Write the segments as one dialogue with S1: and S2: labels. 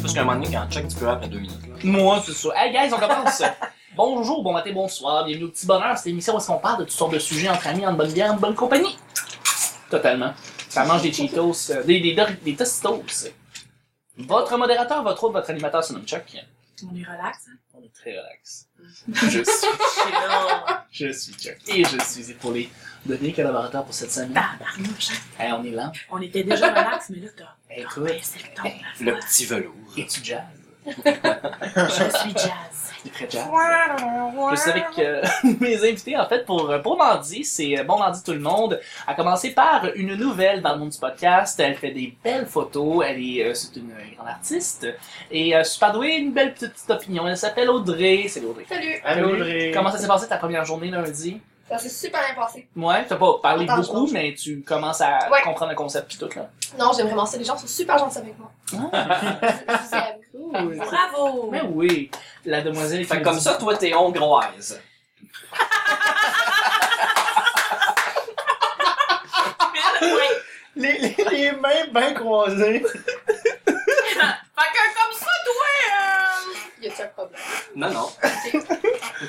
S1: Parce qu'à un moment donné, quand check, tu peux après deux minutes. là.
S2: Moi, c'est ça. Hey guys, on commence! Bonjour, bon matin, bonsoir, bienvenue au Petit Bonheur, c'est l'émission où est-ce qu'on parle de toutes sortes de sujets entre amis, en bonne bière, en bonne compagnie. Totalement. Ça mange des Cheetos, euh, des, des, Dor- des Tostitos. Votre modérateur, votre autre, votre animateur, se nomme Chuck.
S3: On est relax. hein?
S2: On est très relax. Je suis Chino. Je suis Chuck. Et je suis épaulé de mes collaborateurs pour cette semaine.
S3: Tabarnouche. hein?
S2: Hey, on est lent.
S3: On était déjà relax, mais là, t'as
S2: Écoute,
S3: baissé le ton. la
S1: Le
S3: fois.
S1: petit velours.
S2: et tu jazz.
S3: Je suis jazz.
S2: C'est très jazz. Je suis avec euh, mes invités, en fait, pour, pour mardi. C'est euh, bon mardi tout le monde. À commencer par une nouvelle dans le monde du podcast. Elle fait des belles photos. Elle est, euh, c'est une euh, grande artiste. Et euh, super douée, une belle petite, petite opinion. Elle s'appelle Audrey. Salut Audrey.
S4: Salut!
S2: Salut. Comment ça s'est passé ta première journée lundi?
S4: Ça s'est super bien passé.
S2: Ouais, t'as pas parlé
S4: Attends,
S2: beaucoup,
S4: je-
S2: mais tu commences à
S4: Ouais.
S2: comprendre le concept pis tout, là.
S4: Non, j'ai vraiment ça. Les gens sont super gentils avec moi.
S3: Ah.
S4: Je vous aime.
S2: Cool.
S3: Bravo!
S2: Mais oui, la demoiselle...
S1: Fait
S2: qui
S1: que comme
S2: nous-
S1: ça, toi, t'es hongroise.
S3: Ouais.
S5: Les, les, les mains bien croisées.
S3: Fait que comme ça, toi, euh,
S4: Y a-tu un problème?
S1: Non, non.
S4: Ok.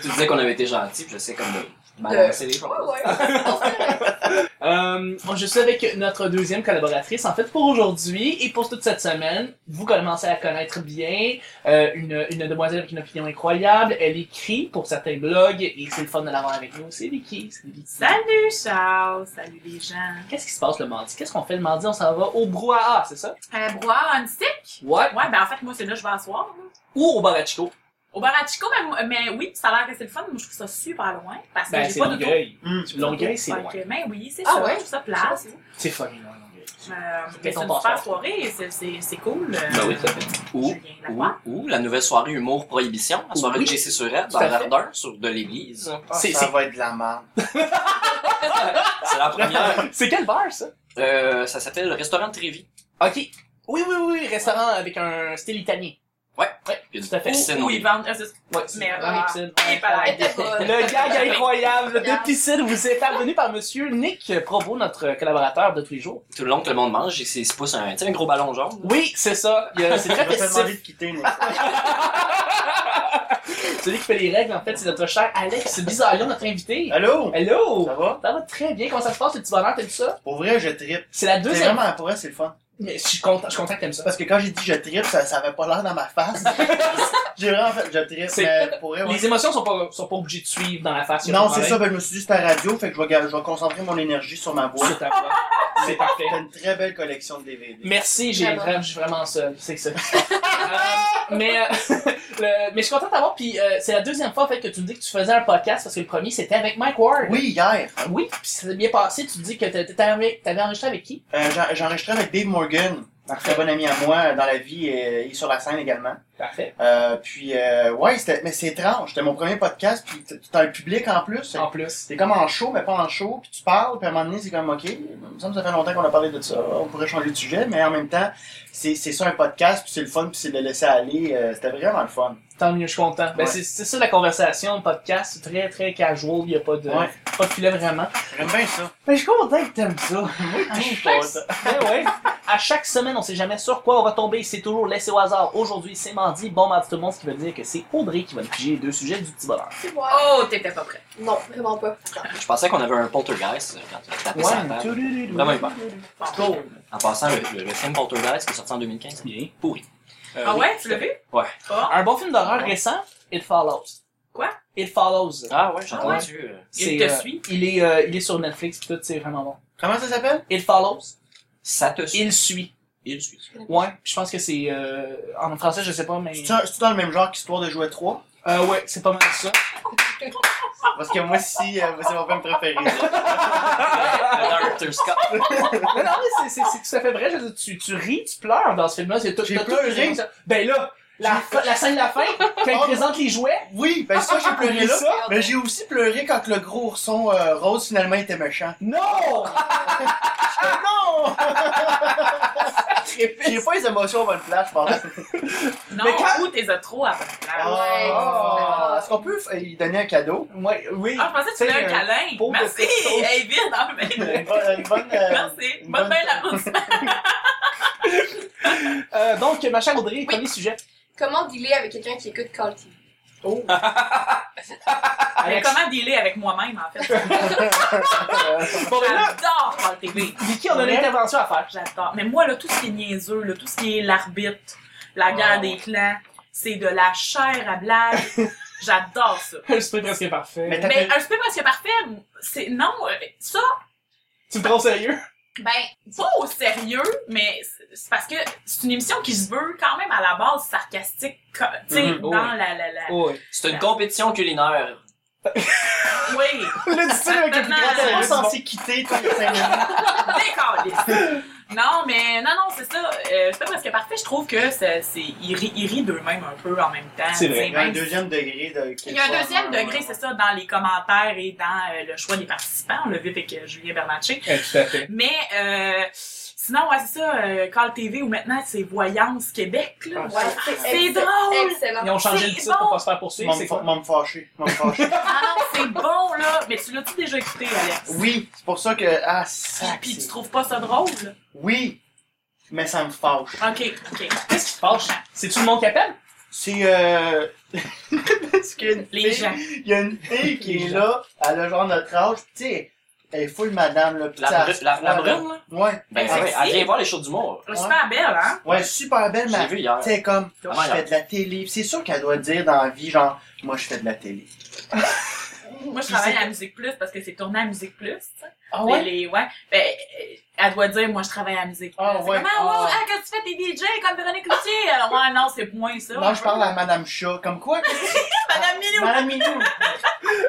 S1: Tu disais qu'on avait été gentil, puis je sais comme de balancer les choses.
S4: Ouais, ouais. Non, c'est vrai.
S2: Euh, je suis avec notre deuxième collaboratrice, en fait, pour aujourd'hui et pour toute cette semaine. Vous commencez à la connaître bien. Euh, une, une demoiselle avec une opinion incroyable. Elle écrit pour certains blogs et c'est le fun de l'avoir avec nous. C'est Vicky. c'est Vicky.
S3: Salut Charles! Salut les gens!
S2: Qu'est-ce qui se passe le mardi? Qu'est-ce qu'on fait le mardi? On s'en va au brouhaha, c'est ça?
S3: Euh, boire en stick?
S2: Ouais.
S3: Ouais, ben en fait, moi, c'est là que je vais asseoir. là.
S2: Ou au bar à Chico.
S3: Au bar à Chico, ben, mais oui, ça a l'air que c'est le fun. Moi, je trouve ça super loin. Parce que
S2: Ben,
S3: j'ai
S2: c'est
S3: pas de Hmm.
S2: Longueuil.
S5: Mm.
S2: Longueuil, c'est loin.
S3: Ben oui, c'est
S4: Ah
S3: ça.
S4: ouais?
S3: Je trouve ça
S4: Je sais pas
S3: plate.
S4: si vous-
S2: C'est fucking loin, Longueuil. Fait
S3: Euh, mais c'est
S2: ton
S3: une
S2: passeport.
S3: super soirée, c'est- c'est c'est cool. euh,
S1: Ben oui, ça fait. Ou,
S3: Julien
S1: ou,
S3: Lacroix.
S1: ou la nouvelle soirée Humour Prohibition, la soirée
S2: Oui.
S1: de JC Surette,
S2: Tout
S1: dans
S2: à fait.
S1: l'ardeur sur de l'église.
S5: Ah,
S2: C'est-
S5: ça
S2: c'est-
S5: va être de la merde.
S1: C'est la première.
S2: C'est quel bar, ça?
S1: Euh, ça s'appelle le Restaurant de Trévi.
S2: Ok. Oui, oui, oui, restaurant avec un style italien.
S1: Ouais.
S2: Ouais,
S1: Puis une piscine.
S3: Ou
S1: au
S3: ils
S1: milieu.
S3: vendent. euh, c'est-
S2: Ouais,
S3: Mais
S2: Ah, c'est-
S3: voilà.
S2: ouais, piscine.
S3: Et voilà.
S4: Elle était bonne.
S2: Le gag incroyable
S4: Regarde.
S2: de piscine vous est parvenu par monsieur Nick Provo, notre collaborateur de tous les jours.
S1: Tout le long que le monde mange, il se pousse un, tu sais, un gros ballon jaune. là.
S2: Oui, c'est ça. Il y a- C'est très
S5: J'aurais tellement envie
S2: festif.
S5: de quitter, mais...
S2: Celui qui fait les règles, en fait, c'est notre cher Alex Bizarillon, notre invité.
S5: Allô?
S2: Hello!
S5: Ça va?
S2: Ça va très bien. Comment ça se passe, le petit bonheur? T'aimes ça?
S5: Pour vrai, je trippe.
S2: C'est la
S5: C'est
S2: deuxième.
S5: vraiment, pour vrai, c'est le fun.
S2: Mais Je suis content, je suis content que t'aimes ça.
S5: Parce que quand j'ai dit je trippe, ça, ça avait pas l'air dans ma face. j'ai vraiment fait je trippe,
S2: C'est-
S5: mais pour vrai, ouais.
S2: Les émotions sont pas, sont pas obligées de suivre dans la face. y a pas
S5: Non,
S2: de
S5: c'est ça,
S2: problème.
S5: ben, je me suis dit c'était radio, fait que je vais, gar- je vais concentrer mon énergie sur ma voix.
S2: Sur ta voix. C'est parfait.
S5: T'as une très belle collection de DVD.
S2: Merci, j'ai
S4: Vraiment.
S2: vraiment, je suis vraiment seul, c'est ça. Euh, mais, euh, le- mais je suis contente d'avoir, puis euh, c'est la deuxième fois en fait que tu me dis que tu faisais un podcast parce que le premier c'était avec Mike Ward.
S5: Oui, hier,
S2: Ah Oui, puis ça s'est bien passé, tu dis que t'a- t'avais avec- t'avais enregistré avec qui?
S5: euh, j'en- j'enregistrais avec Dave Morgan, un très bon ami à moi dans la vie et, et sur la scène également.
S2: Parfait.
S5: Euh, puis, euh, ouais, c'était- mais c'est étrange. C'était mon premier podcast, puis t- t'as un public en plus.
S2: En plus.
S5: C'est comme en show, mais pas en show, puis tu parles, puis à un moment donné, c'est comme, OK, il me semble que ça fait longtemps qu'on a parlé de ça, on pourrait changer de sujet, mais en même temps, c'est c'est ça un podcast, puis c'est le fun, puis c'est de le laisser aller, euh, c'était vraiment le fun.
S2: Tant mieux, je suis content. Ben,
S5: Ouais.
S2: c'est c'est ça la conversation, le podcast, c'est très très casual, il n'y a pas de,
S5: Ouais.
S2: pas de filet vraiment.
S5: J'aime bien ça.
S2: Mais Ben, je suis content que t'aimes ça.
S5: Moi,
S2: je suis
S5: pas
S2: pas Ben ouais. À chaque semaine, on sait jamais sur quoi on va tomber. C'est toujours laissé au hasard. Aujourd'hui, c'est mardi. Bon mardi tout le monde, ce qui veut dire que c'est Audrey qui va nous piger les deux sujets du petit bonheur.
S4: Tu vois.
S3: Oh, t'étais pas prêt.
S4: Non, vraiment pas. Attends.
S1: Je pensais qu'on avait un poltergeist euh, quand on tapait sur la table. Vraiment
S2: Vraiment
S1: hyper.
S3: Bon.
S2: Cool.
S1: En passant, le, le film Poltergeist qui est sorti en 2015, il est
S2: Bien.
S1: pourri. Euh,
S3: Ah
S1: oui.
S3: ouais, tu l'as vu?
S1: Ouais.
S3: Oh.
S2: Un bon film d'horreur
S1: Ouais.
S2: récent, It Follows.
S3: Quoi?
S2: It Follows.
S1: Ah ouais, j'ai
S3: Ah
S1: entendu. euh,
S2: C'est,
S3: te
S2: euh,
S3: suit.
S2: Il est, euh, il est sur Netflix pis tout, c'est vraiment bon.
S5: Comment ça s'appelle?
S2: It Follows.
S1: Ça te suit.
S2: Il suit.
S1: Il suit.
S2: Ouais, je pense que c'est... euh, en français, je sais pas, mais...
S5: C'est-tu un- c'est-tu dans le même genre qu'Histoire de jouer 3?
S2: Euh, ouais, c'est pas mal ça.
S5: Parce que moi, si, euh, c'est mon film préféré.
S1: Arthur Scott.
S2: non, non, mais c'est- c'est c'est tout à fait vrai. je veux dire, tu, tu ris, tu pleures dans ce film-là. c'est tout-
S5: J'ai
S2: t'as toutes
S5: pleuré.
S2: les émotions. Ben là, la, fa- la scène de la fin, quand il
S5: Oh.
S2: présente les jouets,
S5: Oui, ben ça, j'ai pleuré
S2: oublie
S5: là.
S2: ça.
S5: Mais j'ai aussi pleuré quand le gros ourson euh, rose finalement était méchant.
S2: Non!
S5: Ah, non! J'ai pas les émotions au bonne place, je pense.
S3: Non,
S5: Mais quand-
S3: ou t'es as trop à bonne place.
S4: Ah. Ouais.
S5: Ah, Est-ce qu'on peut euh, lui donner un cadeau?
S2: Ouais, oui.
S3: Ah, je pensais que tu
S2: C'est
S3: voulais un
S2: un
S3: câlin.
S2: beau
S3: Merci.
S2: petit
S3: Hey, vide, hein, mais-
S5: Une bonne- une bonne, euh,
S3: Merci.
S5: une
S3: Bonne
S5: bonne-
S3: main l'applaudissement.
S2: Euh, donc, ma chère Audrey, premier sujet.
S4: Comment dealer avec quelqu'un qui écoute Call TV?
S2: Ah,
S3: Mais
S2: Alex.
S3: comment dealer avec moi-même, en fait?
S2: Bon, ben là,
S3: J'adore Paul TV.
S2: Vicky, on a une
S5: Ouais.
S2: intervention à faire.
S3: J'adore. Mais moi, là, tout ce qui est niaiseux, là, tout ce qui est l'arbitre, la guerre
S5: Oh.
S3: des clans, c'est de la chair à blague. J'adore ça.
S2: Un souper presque parfait.
S5: Mais t'as-
S3: Mais un super presque parfait, c'est. Non, euh, ça,
S2: tu me prends au sérieux?
S3: ben, pas au sérieux, mais c'est- c'est parce que c'est une émission qui se veut quand même à la base sarcastique, co- tu sais,
S5: Mhm.
S3: dans
S1: Oui.
S3: la. la, la...
S2: Oui.
S1: C'est une compétition culinaire.
S3: Oui!
S5: Le style avec le plus grand, t'es pas
S3: Exactement.
S5: censé quitter tous les cinq minutes.
S3: Décaliste. Non, mais non, non, c'est ça. Euh, c'est pas parce que parfait. Je trouve que ça- c'est, ils, ri- ils rient d'eux-mêmes un peu en même temps.
S2: C'est vrai.
S3: tu sais,
S5: Il y a un
S3: même si-
S5: deuxième degré de.
S3: Il y a un deuxième degré, c'est ça, dans les commentaires et dans euh, le choix des participants. On l'a vu avec euh, Julien Bernatchez.
S2: Eh, tout à fait.
S3: Mais euh, sinon, ouais, c'est ça, euh, Call TV ou maintenant, c'est Voyance Québec. Là.
S5: Ah,
S4: Ouais, c'est
S3: C'est
S4: ex-
S3: drôle!
S2: Ils
S4: Excellent.
S2: ont changé le
S3: C'est
S2: titre
S3: bon.
S2: pour pas se faire
S5: Je
S2: poursuivre. C'est quoi?
S5: vais me fâcher. Je vais me fâcher.
S3: Ah non, c'est bon, là! Mais tu l'as-tu déjà écouté, Alex?
S5: Oui, c'est pour ça que. Ah,
S3: Puis,
S5: sac.
S3: puis tu
S5: c'est-
S3: trouves pas ça drôle? là?
S5: Oui, mais ça me fâche.
S3: OK, OK.
S2: Qu'est-ce qui se passe? C'est tout le monde qui appelle?
S5: C'est. Euh... Parce qu'il y a une
S3: Les
S5: fille-
S3: gens.
S5: Il y a une fille qui
S2: Les
S5: est
S2: gens.
S5: là, elle a genre notre âge, pis tu sais, elle est full madame, là. pis
S1: La,
S5: ça-
S1: bru- la, la
S5: ouais,
S1: brune, là?
S5: Ouais,
S1: Ben,
S3: Ben,
S1: elle,
S3: sexy.
S1: elle vient voir les shows d'humour.
S3: Elle est super belle, hein?
S5: ouais, super belle,
S1: J'ai
S5: mais
S1: vu hier.
S5: tu sais, comme,
S1: Ah,
S5: je
S1: ouais.
S5: fais de la télé. Pis c'est sûr qu'elle doit dire dans la vie, genre, moi, je fais de la télé.
S3: Moi, je travaille
S5: c'est-
S3: à Musique Plus parce que c'est tourné à Musique Plus. tu sais.
S5: Ah
S3: Les- les- ouais. Ben, euh, elle doit dire, moi, je travaille à Musique Plus.
S5: Ah,
S3: C'est
S5: ouais.
S3: comme, ah, wow,
S5: Ah.
S3: ah, quand tu fais tes DJ comme Véronique Loutier. Alors, ouais, non, c'est moins ça.
S5: Non, je parle à Madame Chat. Comme quoi? qu'est-ce que-
S3: Madame Minou.
S5: Madame Minou.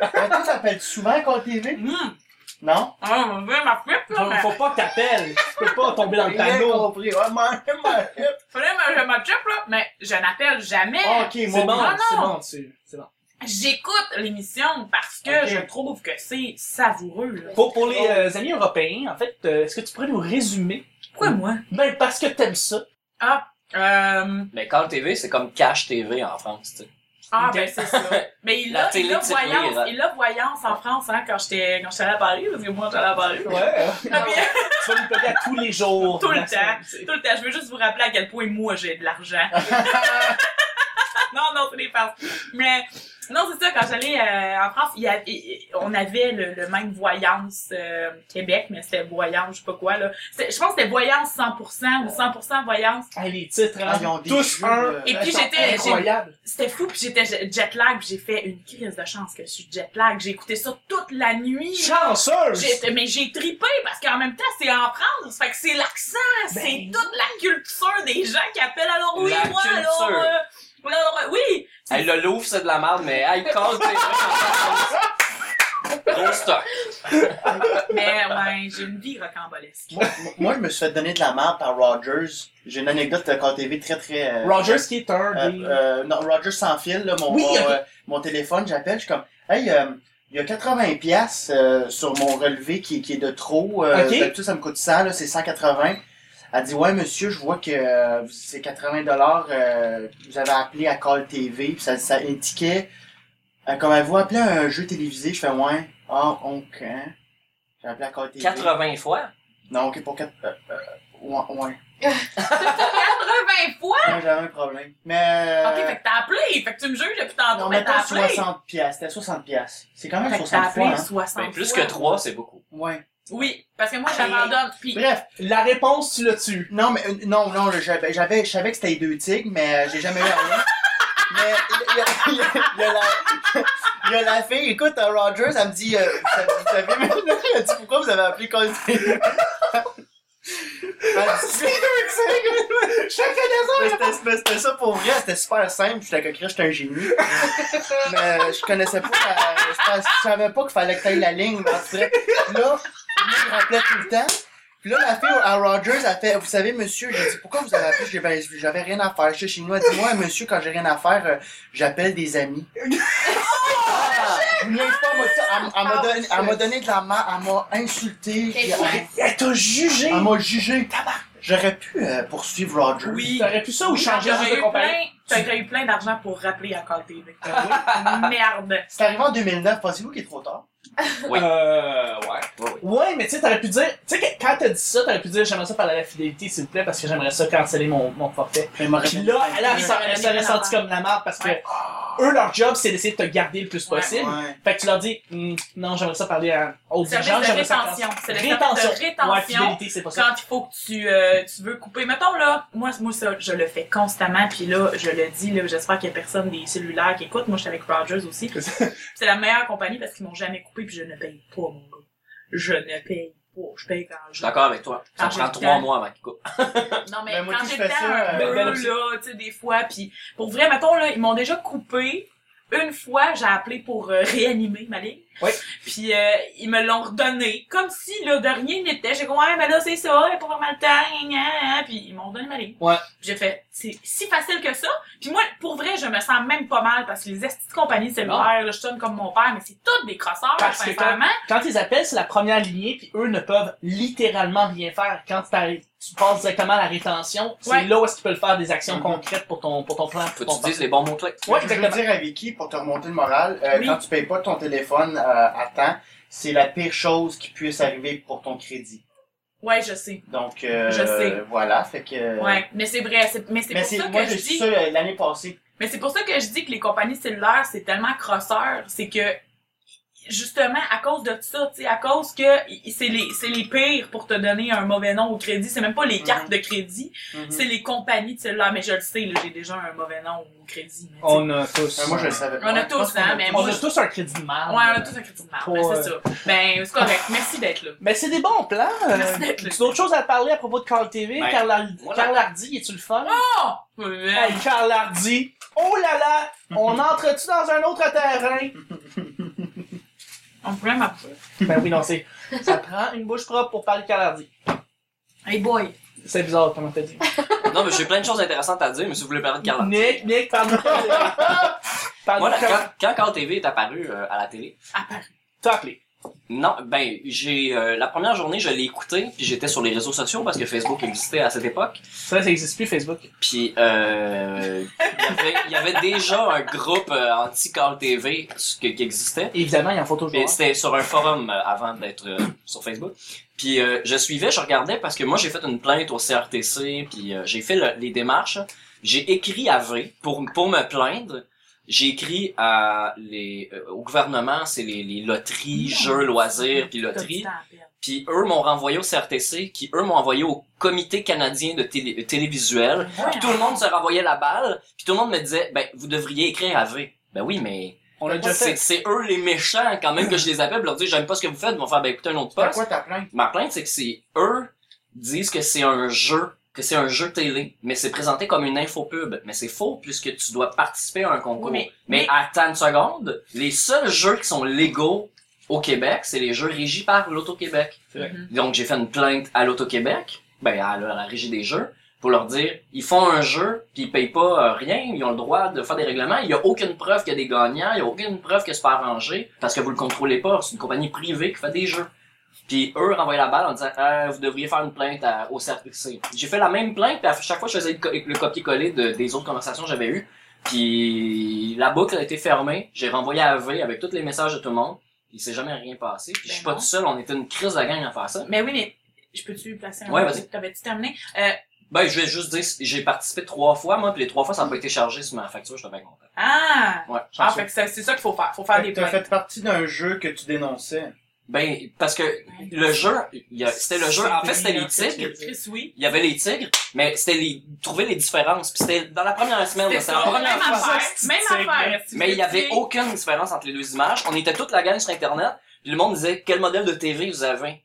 S5: Mais toi, t'appelles souvent quand TV?
S3: Hum,
S5: Non?
S3: Ah, mon Dieu, ma flip, là.
S2: Faut,
S3: mais-
S2: faut pas que t'appelles. Tu peux pas tomber dans le
S5: Rien
S2: panneau.
S5: compris. Ouais, ma- ma-
S3: Faudrait que je me chip, là. Mais je n'appelle jamais.
S5: Ok,
S2: C'est
S5: moi,
S2: bon,
S3: Ah, non.
S2: c'est bon, tu- c'est bon.
S3: J'écoute l'émission parce que
S5: Ok.
S3: je trouve que c'est savoureux, là.
S2: Pour, pour
S5: Oh.
S2: les euh, amis européens, en fait, euh, est-ce que tu pourrais nous résumer?
S3: Pourquoi
S5: Mm.
S3: moi?
S2: Ben, parce que t'aimes ça.
S3: Euh,
S1: Mais Call TV, c'est comme Cash TV en France, tu sais.
S3: ah,
S2: Ok.
S3: ben, c'est ça. Mais il
S1: La
S3: a, il
S1: télé
S3: a
S1: type rire,
S3: voyance,
S1: hein.
S3: il a voyance en France, hein, quand j'étais, quand j'étais allée à Paris, parce que moi, j'étais allée à Paris.
S2: Ouais.
S3: Ah, puis-
S2: tu vas nous payer à tous les jours.
S3: Tout le
S2: La semaine, tu sais.
S3: Tout le temps, je veux juste vous rappeler à quel point moi j'ai de l'argent. non, non, c'est des farces. Mais non, c'est ça, quand j'allais euh, en France, il y avait- il- on avait le, le même voyance euh, Québec, mais c'était voyance, je sais pas quoi. Là. C'est- Je pense que c'était voyance 100% ou 100% voyance.
S2: Ah, les titres, hein.
S5: Ah, ils ont des
S2: tous
S5: jeux,
S2: un.
S5: là.
S3: Et puis
S5: Elles sont
S3: j'étais-
S5: incroyables.
S3: C'était fou, puis j'étais jet jet lag, puis j'ai fait une crise de chance que je suis jet lag. J'ai écouté ça toute la nuit.
S2: Chanceuse!
S3: J'ai- mais j'ai tripé parce qu'en même temps, c'est en France. Fait que c'est l'accent,
S2: Ben.
S3: c'est toute la culture des gens qui appellent alors oui,
S1: La
S3: moi, alors.
S1: culture.
S3: euh, alors, euh, oui!
S1: Hey, le Louvre, c'est de la merde, mais hey, Call TV en France. Gros stock.
S3: Mais ouais, j'ai une vie rocambolesque.
S5: Moi, moi, je me suis fait donner de la merde par Rogers. J'ai une anecdote de Call TV très très. euh,
S2: Rogers qui est un
S5: Euh,
S2: des...
S5: euh, non, Rogers sans fil, là, mon,
S2: Oui,
S5: mon,
S2: ok.
S5: euh, mon téléphone, j'appelle, je suis comme, hey, euh, il y a 80 pièces euh, sur mon relevé qui, qui est de trop. Euh,
S2: Ok.
S5: d'habitude, ça me coûte 100, là, c'est 180. Elle dit, ouais, monsieur, je vois que euh, vous- c'est 80 dollars. euh, vous avez appelé à Call TV, puis ça, ça indiquait, euh, comme elle vous appelez à un jeu télévisé, je fais, ouais, ah, ok. J'ai appelé à Call TV.
S1: 80 fois.
S5: Non, ok, pour 4... Euh, euh, ouais, ouais.
S3: 80 fois!
S5: Ouais, j'avais un problème. Mais...
S3: Ok, fait que t'as appelé, fait que tu me juges depuis tantôt,
S5: Non,
S3: mais Ah, ben, t'as
S5: mettons
S3: appelé.
S5: 60 piastres. C'était 60 piastres. C'est quand même
S3: Fait que t'as
S5: 60
S3: appelé
S5: fois, hein?
S3: 60
S1: Mais Ben, plus
S3: fois.
S1: que 3, c'est beaucoup.
S5: Ouais.
S3: Oui, parce que moi,
S2: Ah,
S3: j'abandonne. Puis,
S5: Bref,
S2: La réponse, tu l'as tu.
S5: non, mais, euh, non, non, là, j'avais, j'avais, je savais que c'était les deux tigres, mais euh, j'ai jamais eu rien. Mais, il y a- il y a- il y a la- il y a la fille, écoute, euh, Rogers, elle me dit, euh, vous savez- vous savez, mais elle dit, pourquoi vous avez appelé Call TV? Elle dit, c'est Mais c'était- mais c'était ça pour vrai, c'était super simple, j'étais coqueré, j'étais un génie. mais je connaissais pas, la- je, pense- je savais pas qu'il fallait que t'ailles la ligne, mais en tout cas, là, je me rappelais tout le temps. Puis là, la fille à Rogers, elle fait, vous savez, monsieur, j'ai dit, pourquoi vous avez appelé? J'ai dit, Ben, j'avais rien à faire. J'étais chez nous, elle dit, moi, monsieur, quand j'ai rien à faire, euh, j'appelle des amis. Vous niaisez pas, moi, tu sais, elle- elle m'a donné- elle m'a donné de la main, elle m'a insulté, puis
S4: Quel
S5: elle-
S4: point.
S2: Elle t'a jugé!
S5: elle m'a Ah, jugé. J'aurais pu euh, poursuivre Roger.
S3: Oui.
S2: T'aurais pu ça ou
S3: Oui,
S2: changer
S3: t'aurais
S2: juste de
S3: eu
S2: compagnie?
S3: plein- T'aurais eu plein d'argent pour rappeler à côté. là.
S5: Ben oui.
S2: Ah
S3: Merde.
S5: C'est arrivé en 2009, pensez-vous qu'il est trop tard?
S1: Oui.
S2: Euh, ouais.
S1: Oui, oui.
S2: Ouais, mais tu sais, t'aurais pu dire, tu sais, que- quand t'as dit ça, t'aurais pu dire, j'aimerais ça parler à la fidélité, s'il vous plaît, parce que j'aimerais ça canceller mon, mon forfait.
S5: Mais il m'aurait
S2: Puis
S5: fait-
S2: là, elle, a-
S3: Ouais,
S2: elle,
S3: elle
S2: serait
S3: est
S2: sentie comme la merde parce que
S3: Ouais.
S2: eux, leur job, c'est d'essayer de te garder le plus
S3: Ouais.
S2: possible.
S5: Ouais.
S2: Fait que tu leur dis, Hum, non, j'aimerais ça parler à autre
S3: Service
S2: gens,
S3: de
S2: j'aimerais ça.
S3: rétention. C'est le service
S2: Rétention.
S3: de
S2: Ouais,
S3: rétention.
S2: fidélité, c'est pas ça.
S3: quand il faut que tu, euh, tu veux couper. Mettons là, moi, moi ça, je le fais constamment, puis là, je le dis, là, j'espère qu'il y a personne des cellulaires qui écoute. Moi, je suis avec Rogers aussi. puis C'est la meilleure compagnie parce qu'ils m'ont jamais coupé, puis je ne paye pas, mon gars. Je ne paye pas. Je paye quand
S1: Je
S3: je.
S1: suis d'accord avec toi. Ça
S3: Quand j'ai
S1: prend
S3: le
S1: trois
S3: temps.
S1: mois avant qu'il coupe.
S3: Non, mais
S5: Ben, moi
S3: quand
S5: aussi,
S3: j'ai
S5: je
S3: le
S5: fais
S3: temps,
S5: ça,
S3: un
S2: euh,
S3: peu,
S2: ben,
S3: là, tu sais, des fois, puis pour vrai, mettons, là, ils m'ont déjà coupé. Une fois, j'ai appelé pour euh, réanimer ma ligne.
S2: Oui.
S3: Puis euh, ils me l'ont redonné, comme si le dernier n'était. J'ai dit ouais, mais là c'est ça, il a pas vraiment le temps. gna, gna, gna. Puis ils m'ont donné ma ligne.
S2: Ouais.
S3: Puis J'ai fait, c'est si facile que ça. Puis moi, pour vrai, je me sens même pas mal parce que les estis de compagnie cellulaires, là, je sonne comme mon père, mais c'est toutes des crosseurs,
S2: Parce que
S3: sincèrement.
S2: Quand ils appellent, c'est la première lignée, puis eux ne peuvent littéralement rien faire. Quand t'arrives- tu passes directement à la rétention, c'est
S3: Ouais.
S2: là où est-ce qu'ils peuvent faire des actions
S5: Mhm.
S2: concrètes pour ton, pour ton plan.
S1: Faut que
S2: ton
S1: tu dises les bons mots, toi.
S2: Ouais,
S5: je veux
S2: exactement.
S5: dire à Vicky, pour te remonter le moral, euh,
S3: Oui.
S5: quand tu payes pas ton téléphone euh, à temps, c'est la pire chose qui puisse arriver pour ton crédit.
S3: Ouais, je sais.
S5: Donc, euh,
S3: Je sais.
S5: voilà, fait que... euh,
S3: Ouais, mais c'est vrai, c'est- mais c'est
S5: Mais
S3: pour
S5: c'est,
S3: ça
S5: moi,
S3: que
S5: j'ai
S3: je
S5: su
S3: dis
S5: ça euh, l'année passée.
S3: Mais c'est pour ça que je dis que les compagnies cellulaires, c'est tellement crosseur, c'est que justement à cause de ça, tu sais, à cause que i- c'est les c'est les pires pour te donner un mauvais nom au crédit, c'est même pas les cartes de crédit,
S1: Mm.
S5: Mhm.
S3: c'est les compagnies de cellulaires, mais je le sais, là, j'ai déjà un mauvais nom au crédit. mais tu sais.
S2: On a tous.
S5: Euh, moi, je le savais pas.
S3: On a
S5: Je pense
S3: tous,
S5: qu'on
S3: hein,
S5: a
S3: mais
S5: tous-
S2: On
S3: moi,
S2: a
S3: je-
S2: tous un crédit de mal.
S3: Ouais, on a tous un crédit de marde,
S2: Pour,
S3: ben, c'est ça. Ben, c'est correct. Merci d'être là.
S2: Mais c'est des bons plans. Euh,
S3: Merci d'être là.
S2: tu as d'autres choses à parler à propos de Carl TV?
S1: Ben,
S2: Carl, Har-
S1: voilà.
S2: Carl Hardy, es-tu le fun?
S3: Oh!
S2: Hey, Carl Hardy! Oh là là! On entre-tu dans un autre terrain?
S3: On pourrait m'appeler.
S2: ben oui, non, c'est... Ça prend une bouche propre pour parler de Carl Hardy.
S3: Hey boy!
S2: C'est bizarre, comment t'as dit.
S1: Non, mais j'ai plein de choses intéressantes à dire, mais si vous voulez parler de Carla.
S2: Nick, Nick, parle-nous de Carl
S1: Moi,
S2: Parle-nous
S1: là,
S2: de Carl
S1: quand, quand Carl TV est apparu euh, à la télé,
S3: Apparu.
S2: T'as appelé.
S1: non, ben, j'ai, euh, la première journée, je l'ai écouté, puis j'étais sur les réseaux sociaux parce que Facebook existait à cette époque.
S2: Ça, ça existe plus, Facebook.
S1: Puis, euh, il y avait- il y avait déjà un groupe euh, anti-Carl TV ce que- qui existait.
S2: Évidemment, il en faut
S1: Puis
S2: toujours.
S1: c'était sur un forum euh, avant d'être euh, sur Facebook. Puis euh, je suivais, je regardais parce que moi j'ai fait une plainte au CRTC, puis euh, j'ai fait le- les démarches. J'ai écrit à V pour pour me plaindre. J'ai écrit à les euh, au gouvernement, c'est les, les loteries, jeux, loisirs, puis
S3: T'as du
S1: loteries.
S3: temps à perdre.
S1: Puis eux m'ont renvoyé au CRTC, qui eux m'ont envoyé au Comité canadien de télé- euh, télévisuel.
S3: hein.
S1: Puis tout le monde se renvoyait la balle, puis tout le monde me disait, ben, vous devriez écrire à V. Ben oui, mais
S2: On l'a déjà
S1: c'est
S2: fait.
S1: c'est eux les méchants quand même que je les appelle pour leur dire, j'aime pas ce que vous faites, ils vont faire, ben écoutez un autre
S5: C'était
S1: poste.
S5: quoi ta plainte?
S1: Ma plainte, c'est que c'est eux disent que c'est un jeu, que c'est un jeu télé, mais c'est présenté comme une infopub. Mais c'est faux puisque tu dois participer à un concours.
S3: Oui, mais-
S1: mais,
S3: mais-
S1: attends une seconde, les seuls jeux qui sont légaux au Québec, c'est les jeux régis par l'Auto-Québec.
S2: C'est vrai.
S3: Mhm.
S1: Donc j'ai fait une plainte à l'Auto-Québec, ben à, la- à la régie des jeux, pour leur dire, ils font un jeu, puis ils payent pas euh, rien, ils ont le droit de faire des règlements, il y a aucune preuve qu'il y a des gagnants, il y a aucune preuve que c'est pas arrangé, parce que vous le contrôlez pas, c'est une compagnie privée qui fait des jeux. Puis eux renvoyaient la balle en disant Euh, vous devriez faire une plainte à- au CRTC. J'ai fait la même plainte, puis à chaque fois je faisais le, co- le copier-coller de- des autres conversations que j'avais eues. Puis la boucle a été fermée, j'ai renvoyé à V avec tous les messages de tout le monde. Il s'est jamais rien passé. Puis je suis
S3: Ben
S1: pas
S3: non.
S1: tout seul, on était une crise de la gang à faire ça.
S3: Mais Ben oui, mais je peux-tu placer un
S1: Ouais,
S3: mot?
S1: vas-y.
S3: T'avais-tu terminé? Euh,
S1: Ben je vais juste dire j'ai participé trois fois moi, puis les trois fois ça n'a pas été chargé sur ma facture, j'étais bien content.
S3: ah!
S1: Ouais.
S3: Ah, fait que c'est c'est ça qu'il faut faire. Faut faire
S5: Fait
S3: des
S5: que t'as
S3: plaintes.
S5: fait partie d'un jeu que tu dénonçais.
S1: Ben parce que le jeu, il y a- c'était le jeu. En fait c'était les
S5: C'est-
S1: tigres.
S3: Chris, oui.
S1: Il y avait les tigres, mais c'était les trouver les différences. Puis c'était dans la première semaine,
S3: C'était
S1: là, c'était la
S3: ça.
S1: première
S3: Même affaire.
S2: c'est-
S3: Même
S2: c'est-
S3: affaire. Si
S1: Mais
S3: vous
S1: il y avait
S3: étiez-
S1: aucune différence entre les deux images. On était toute la gang sur Internet, puis le monde disait quel modèle de TV vous avez.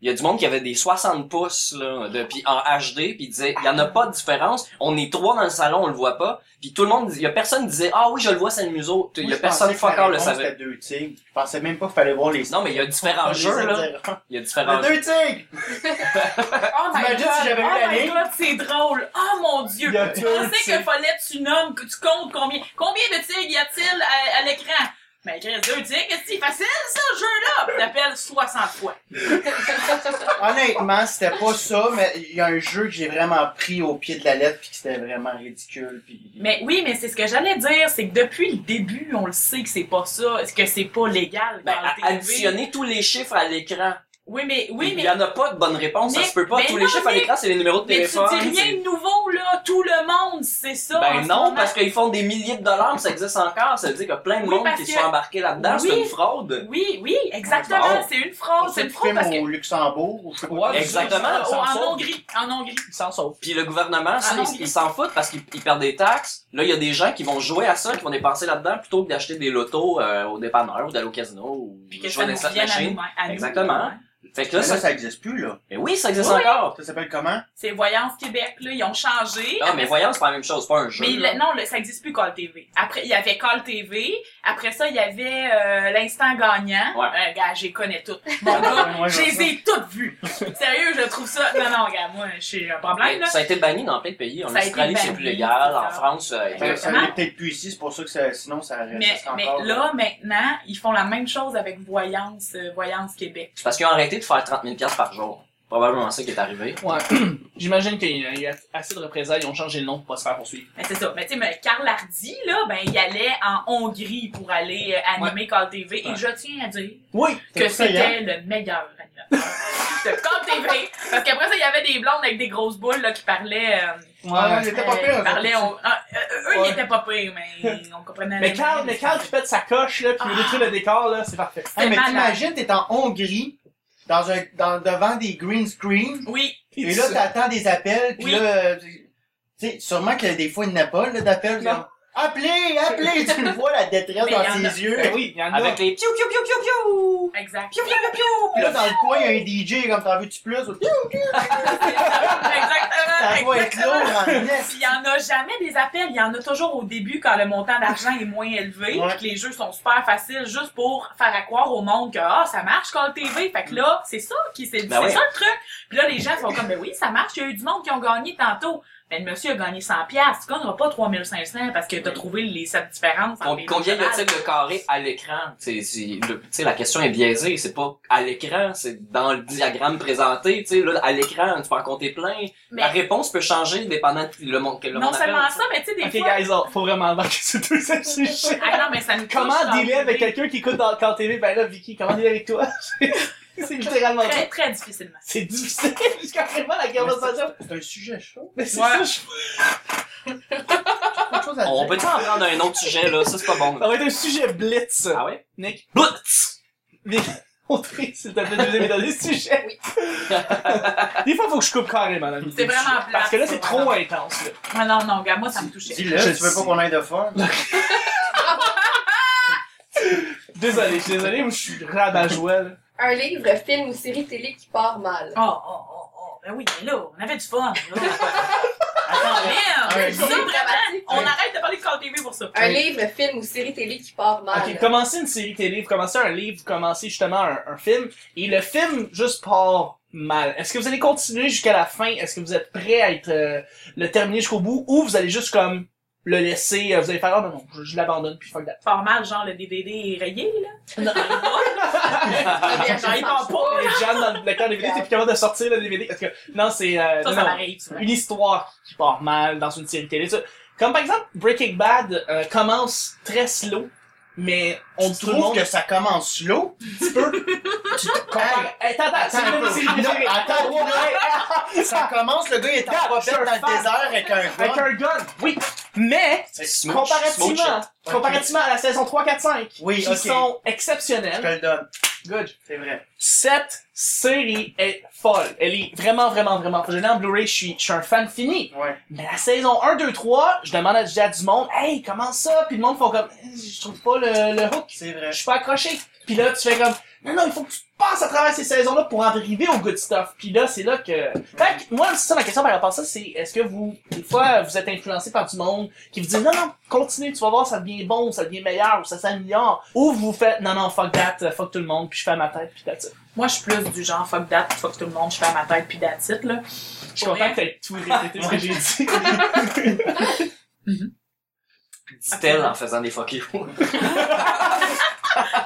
S1: Il y a du monde qui avait des 60 pouces là, de, puis en HD, puis il disait il y en a pas de différence. On est trois dans le salon, on le voit pas. Puis tout le monde, dis- il y a personne qui disait ah oui je le vois c'est le museau. Il y
S5: Moi,
S1: a
S5: je
S1: personne
S5: pensais que la
S1: fuck all le
S5: réponse,
S1: savait.
S5: c'était deux tigres. Je pensais même pas qu'il fallait voir les
S1: Non mais il y a différents jeux là. Il y a différents
S5: Les
S1: jeux.
S5: deux tigres!
S3: Oh my god.
S5: T'imagines si j'avais eu
S3: oh
S5: la
S3: my
S5: ligne?
S3: god, c'est drôle. Oh mon dieu.
S2: Il y a
S3: Je
S2: deux
S3: pensais qu'il fallait que tu nommes, que tu comptes combien, combien de tigres y a-t-il euh, à, à l'écran? Mais Chris, deux tics, c'est facile, ça, le jeu-là! Puis t'appelles 60 fois.
S5: Honnêtement, c'était pas ça, mais il y a un jeu que j'ai vraiment pris au pied de la lettre puis que c'était vraiment ridicule. Puis...
S3: Mais oui, mais c'est ce que j'allais dire, c'est que depuis le début, on le sait que c'est pas ça, que c'est pas légal.
S1: Ben,
S3: dans le
S1: à-
S3: TV.
S1: additionner tous les chiffres à l'écran.
S3: Oui, mais, oui,
S1: il
S3: mais
S1: y en a pas de bonne réponse, ça
S3: Mais-
S1: se peut pas.
S3: mais
S1: Tous
S3: non,
S1: les chiffres à
S3: mais-
S1: l'écran, c'est les numéros de
S3: Mais tu
S1: téléphone.
S3: dis rien
S1: c'est-
S3: de nouveau, là. Tout le monde, c'est ça. en
S1: Ben
S3: ce
S1: non,
S3: moment.
S1: parce qu'ils font des milliers de dollars, puis ça existe encore. Ça veut dire qu'il y a plein de
S3: Oui,
S1: monde
S3: parce
S1: qui se
S3: que-
S1: sont embarqués là-dedans. C'est
S3: Oui.
S1: une fraude.
S3: Oui, oui, exactement.
S1: Bon.
S3: C'est une
S5: On
S3: fraude.
S5: s'est
S3: C'est une
S5: fait
S3: fraude parce que.
S5: au Luxembourg, ou je sais pas.
S2: Ouais,
S1: Exactement.
S2: Sans
S3: en
S2: sauve.
S3: Hongrie. En Hongrie.
S2: Ils s'en sauvent.
S1: Puis le gouvernement, ça,
S3: Ah non,
S1: ils- ils s'en foutent parce qu'ils ils perdent des taxes. Là, il y a des gens qui vont jouer à ça, qui vont dépenser là-dedans plutôt que d'acheter des lotos euh, au dépanneur ou d'aller au casino ou
S3: Puis que
S1: jouer
S3: ça
S1: à
S3: nous
S1: la
S3: vienne à nous.
S1: machine.
S3: à nous.
S1: Exactement. Fait que
S5: Mais
S1: là,
S5: ça,
S1: ça...
S5: ça existe plus, là.
S1: Mais oui, ça existe
S3: Oui.
S1: encore.
S5: Ça s'appelle comment?
S3: C'est Voyance Québec, là. Ils ont changé.
S1: Non, mais voyons, c'est pas la même chose, c'est pas un jeu.
S3: Mais
S1: là.
S3: le- non, le- ça n'existe plus Call TV. Après, il y avait Call TV. Après ça, il y avait euh, l'instant gagnant.
S1: Ouais.
S3: Euh, gars, j'ai connais toutes. Mon gars,
S5: Ouais,
S3: je
S5: ouais,
S3: les ai toutes vues. Sérieux, je trouve ça. Non, non, regarde, moi, j'ai un problème, là.
S1: Ça a été banni dans plein de pays. En
S3: Ça a été
S1: Australie, c'est
S3: banni,
S1: plus légal.
S3: c'est
S1: En
S3: ça.
S1: France, euh,
S5: Ben, ça
S3: Exactement.
S5: l'est peut-être plus ici, c'est pour ça que ça- sinon ça reste
S3: Mais, mais
S5: encore. euh,
S3: là, maintenant, ils font la même chose avec Voyance, euh, Voyance Québec.
S1: c'est parce qu'ils ont arrêté de faire 30 000 par jour. Probablement ça qui est arrivé.
S2: Ouais. J'imagine qu'il y a eu assez de représailles, ils ont changé le nom pour pas se faire poursuivre.
S3: Mais Ben, c'est ça. Mais tu sais, mais Karl Hardy, là, ben, il allait en Hongrie pour aller euh, animer Call TV. Et
S1: Ouais.
S3: je tiens à dire
S2: Oui! hein.
S3: que
S5: ça, hein?
S3: c'était le meilleur animateur de Call TV. Parce qu'après ça, il y avait des blondes avec des grosses boules, là, qui parlaient, euh,
S5: Ouais, ouais, c'était pas
S3: euh,
S5: pire.
S3: ils parlaient,
S5: ça.
S3: on- ah, euh, eux,
S2: Ouais.
S3: ils étaient pas pires, mais on comprenait
S2: Mais
S3: rien.
S2: Carl, mais Carl qui pète sa coche, là, puis il
S3: Ah.
S2: détruit le décor, là, c'est parfait.
S5: Hey, mais
S3: malade.
S5: t'imagines, t'es en Hongrie, dans un, dans, devant des green screens,
S3: Oui.
S5: et là, t'attends des appels, puis
S3: Oui.
S5: là, euh, tu sais, sûrement que des fois, il n'y en a pas, là, d'appels.
S2: Non.
S5: genre, Appelez, appelez! tu le vois, la détresse
S3: Mais
S5: dans
S3: il y en
S5: ses
S3: a.
S5: yeux.
S2: Ben oui, il y en a.
S1: Avec les piou piou piou piou piou!
S3: Exact.
S1: Piou piou piou piou!
S5: Puis là, dans le coin, il y a un DJ, comme t'en veux-tu plus? Ou,
S3: Exactement.
S5: ça doit être
S3: exactement.
S5: lourd en
S3: Puis
S5: est.
S3: il y en a jamais des appels. Il y en a toujours au début quand le montant d'argent est moins élevé.
S5: Ouais.
S3: puis que les jeux sont super faciles juste pour faire à croire au monde que ah, ça marche quand le TV. Fait que là, c'est ça qui c'est
S1: Ben
S3: c'est
S1: ouais.
S3: ça le truc. Puis là, les gens sont comme ben oui, ça marche. Il y a eu du monde qui ont gagné tantôt. Mais le monsieur a gagné 100 piastres. Tu gagneras pas 3500 parce que t'as trouvé les sept différences. entre les
S1: Com- Combien
S3: deux
S1: y a-t-il de carrés à l'écran? C'est- c'est- le- Tu sais, la question est biaisée. C'est pas à l'écran, c'est dans le diagramme présenté. Tu sais, là, à l'écran, tu peux en compter plein.
S3: Mais
S1: La réponse peut changer dépendant de le monde que le
S3: non
S1: monde appelle,
S3: seulement
S1: tu sais.
S3: ça, mais tu sais des
S2: Ok,
S3: fois.
S2: guys, oh, faut vraiment embarquer sur tout ça, c'est chiant.
S3: Ah non, mais ça nous touche
S2: Comment
S3: dans
S2: dealer
S3: le
S2: avec
S3: TV.
S2: quelqu'un qui écoute dans Carl TV? Ben là, Vicky, comment dealer avec toi? c'est littéralement ça.
S3: Très, très difficilement.
S2: C'est difficile, jusqu'à vraiment la conversation.
S5: C'est un sujet chaud.
S2: Mais c'est ça,
S3: Ouais.
S2: je...
S5: Quelque chose à
S1: On
S5: dire.
S1: peut en prendre un autre sujet, là? Ça, c'est pas bon.
S2: ça va être un sujet blitz.
S1: Ah ouais?
S2: Nick,
S1: Blitz!
S2: montrez s'il te plaît, le deuxième et dernier sujet. Des fois, faut que je coupe carrément dans le milieu
S3: C'est
S2: du
S3: vraiment
S2: sujet. Parce
S3: plate,
S2: que là,
S3: c'est
S2: c'est trop
S3: vraiment-
S2: intense, là.
S3: Ah non, non, regarde, moi ça me touchait.
S5: Dis-le,
S2: Je
S5: tu veux
S2: sais.
S5: pas qu'on aille de fort?
S2: Désolé, je suis désolé, moi, je suis rabat-joie, là.
S4: Un livre, film ou série télé qui part mal.
S3: Oh, oh, oh, oh, ben oui, mais là, on avait du fun. Là.
S5: Attends,
S3: Merde,
S5: Ouais.
S3: ça, vraiment, on
S5: Ouais.
S3: arrête de parler de Call TV pour ça.
S4: Un livre, film ou série télé qui part
S3: Ah,
S4: mal.
S2: Ok, commencez une série télé, vous commencez un livre, vous commencez justement un, un film, et le film juste part mal. Est-ce que vous allez continuer jusqu'à la fin? Est-ce que vous êtes prêt à être euh, le terminer jusqu'au bout? Ou vous allez juste comme le laisser, euh, vous allez faire, ah non, non, je, je l'abandonne, puis fuck that.
S3: Fort mal, genre le DVD est rayé, là.
S4: Ah, bien,
S3: J'en ai pas.
S4: pas.
S2: Et Jeanne dans le lecteur DVD, t'es plus capable de sortir le DVD, parce que, non, c'est, euh,
S3: Ça,
S2: non,
S3: ça
S2: non.
S3: m'arrive souvent.
S2: une histoire qui part mal dans une série télé. ça. Comme par exemple, Breaking Bad euh, commence très slow, mais on
S5: Tu
S2: dit tout le monde
S5: trouves que ça commence slow?
S2: petit peu. tu te compares. Hey, attends, attends,
S5: Attends
S2: c'est
S5: un
S2: une
S5: peu.
S2: série préférée.
S5: Attends,
S2: Ouais,
S5: Ça commence, le gars il est en
S2: Gars,
S5: train de
S2: je suis
S5: dans
S2: un
S5: le
S2: fan.
S5: désert avec un
S2: Avec
S5: gars.
S2: un gun, oui. Mais,
S1: Smooch, smooch
S2: comparativement,
S1: it.
S5: Ok.
S2: comparativement à la saison 3, 4, 5,
S5: Oui,
S2: qui
S5: ok.
S2: sont
S5: Je te
S2: exceptionnelles,
S5: le donne,
S2: good.
S5: c'est vrai.
S2: Cette série est folle. Elle est vraiment, vraiment, vraiment folle. Je l'ai en Blu-ray, je suis, je suis un fan fini.
S5: Ouais.
S2: Mais la saison 1, 2, 3, je demande à déjà du monde, hey, comment ça? Puis le monde font comme, je trouve pas le, le hook,
S5: C'est vrai.
S2: Euh, je suis pas accroché. Puis là, tu fais comme, non, non, il faut que tu passes à travers ces saisons-là pour en arriver au good stuff. Puis là, c'est là que. Fait que, moi, c'est ça ma question par rapport à ça, c'est est-ce que vous, des fois, vous êtes influencé par du monde qui vous dit, non, non, continue, tu vas voir, ça devient bon, ça devient meilleur, ou ça s'améliore. Ou vous faites, non, non, fuck that, fuck tout le monde, puis je fais à ma tête, puis that's it.
S3: Moi, je suis plus du genre fuck that, fuck tout le monde, je fais à ma tête puis that's it, là.
S2: Je suis content que t'aies tout répété ce que j'ai dit.
S1: dit-elle en faisant des fuck you.
S3: Moi,